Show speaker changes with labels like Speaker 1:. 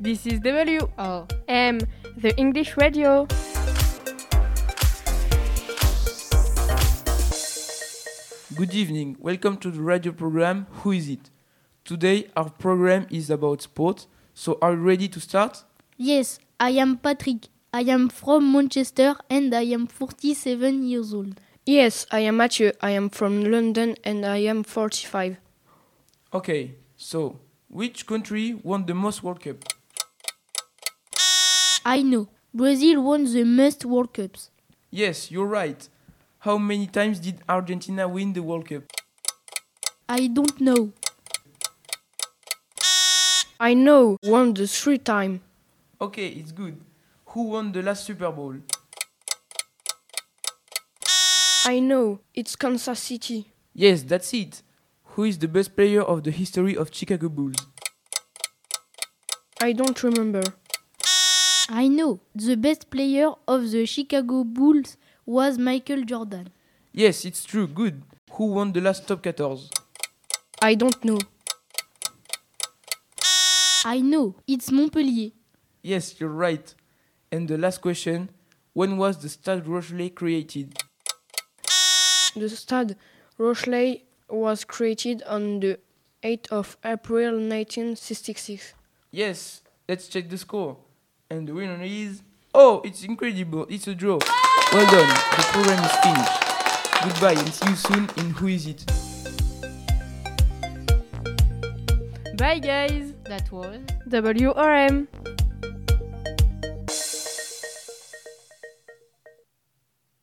Speaker 1: This is W.
Speaker 2: Oh.
Speaker 3: M, the English radio.
Speaker 4: Good evening. Welcome to the radio program Who is it? Today our program is about sports. So are you ready to start?
Speaker 5: Yes, I am Patrick. I am from Manchester and I am 47 years old.
Speaker 6: Yes, I am Mathieu. I am from London and I am 45.
Speaker 4: Okay. So, which country won the most World Cup?
Speaker 5: I know. Brazil won the most World Cups.
Speaker 4: Yes, you're right. How many times did Argentina win the World Cup?
Speaker 5: I don't know.
Speaker 6: I know won the three time.
Speaker 4: Okay, it's good. Who won the last Super Bowl?
Speaker 6: I know it's Kansas City.
Speaker 4: Yes, that's it. Who is the best player of the history of Chicago Bulls?
Speaker 6: I don't remember.
Speaker 5: I know. The best player of the Chicago Bulls was Michael Jordan.
Speaker 4: Yes, it's true. Good. Who won the last top 14?
Speaker 6: I don't know.
Speaker 5: I know. It's Montpellier.
Speaker 4: Yes, you're right. And the last question, when was the Stade Rochelet created?
Speaker 6: The Stade Rochelet was created on the 8th of April 1966.
Speaker 4: Yes, let's check the score. And the winner is Oh, it's incredible. It's a draw. Well done. The program is finished. Goodbye and see you soon in Who is it?
Speaker 1: Bye, guys.
Speaker 2: That was.
Speaker 3: WRM.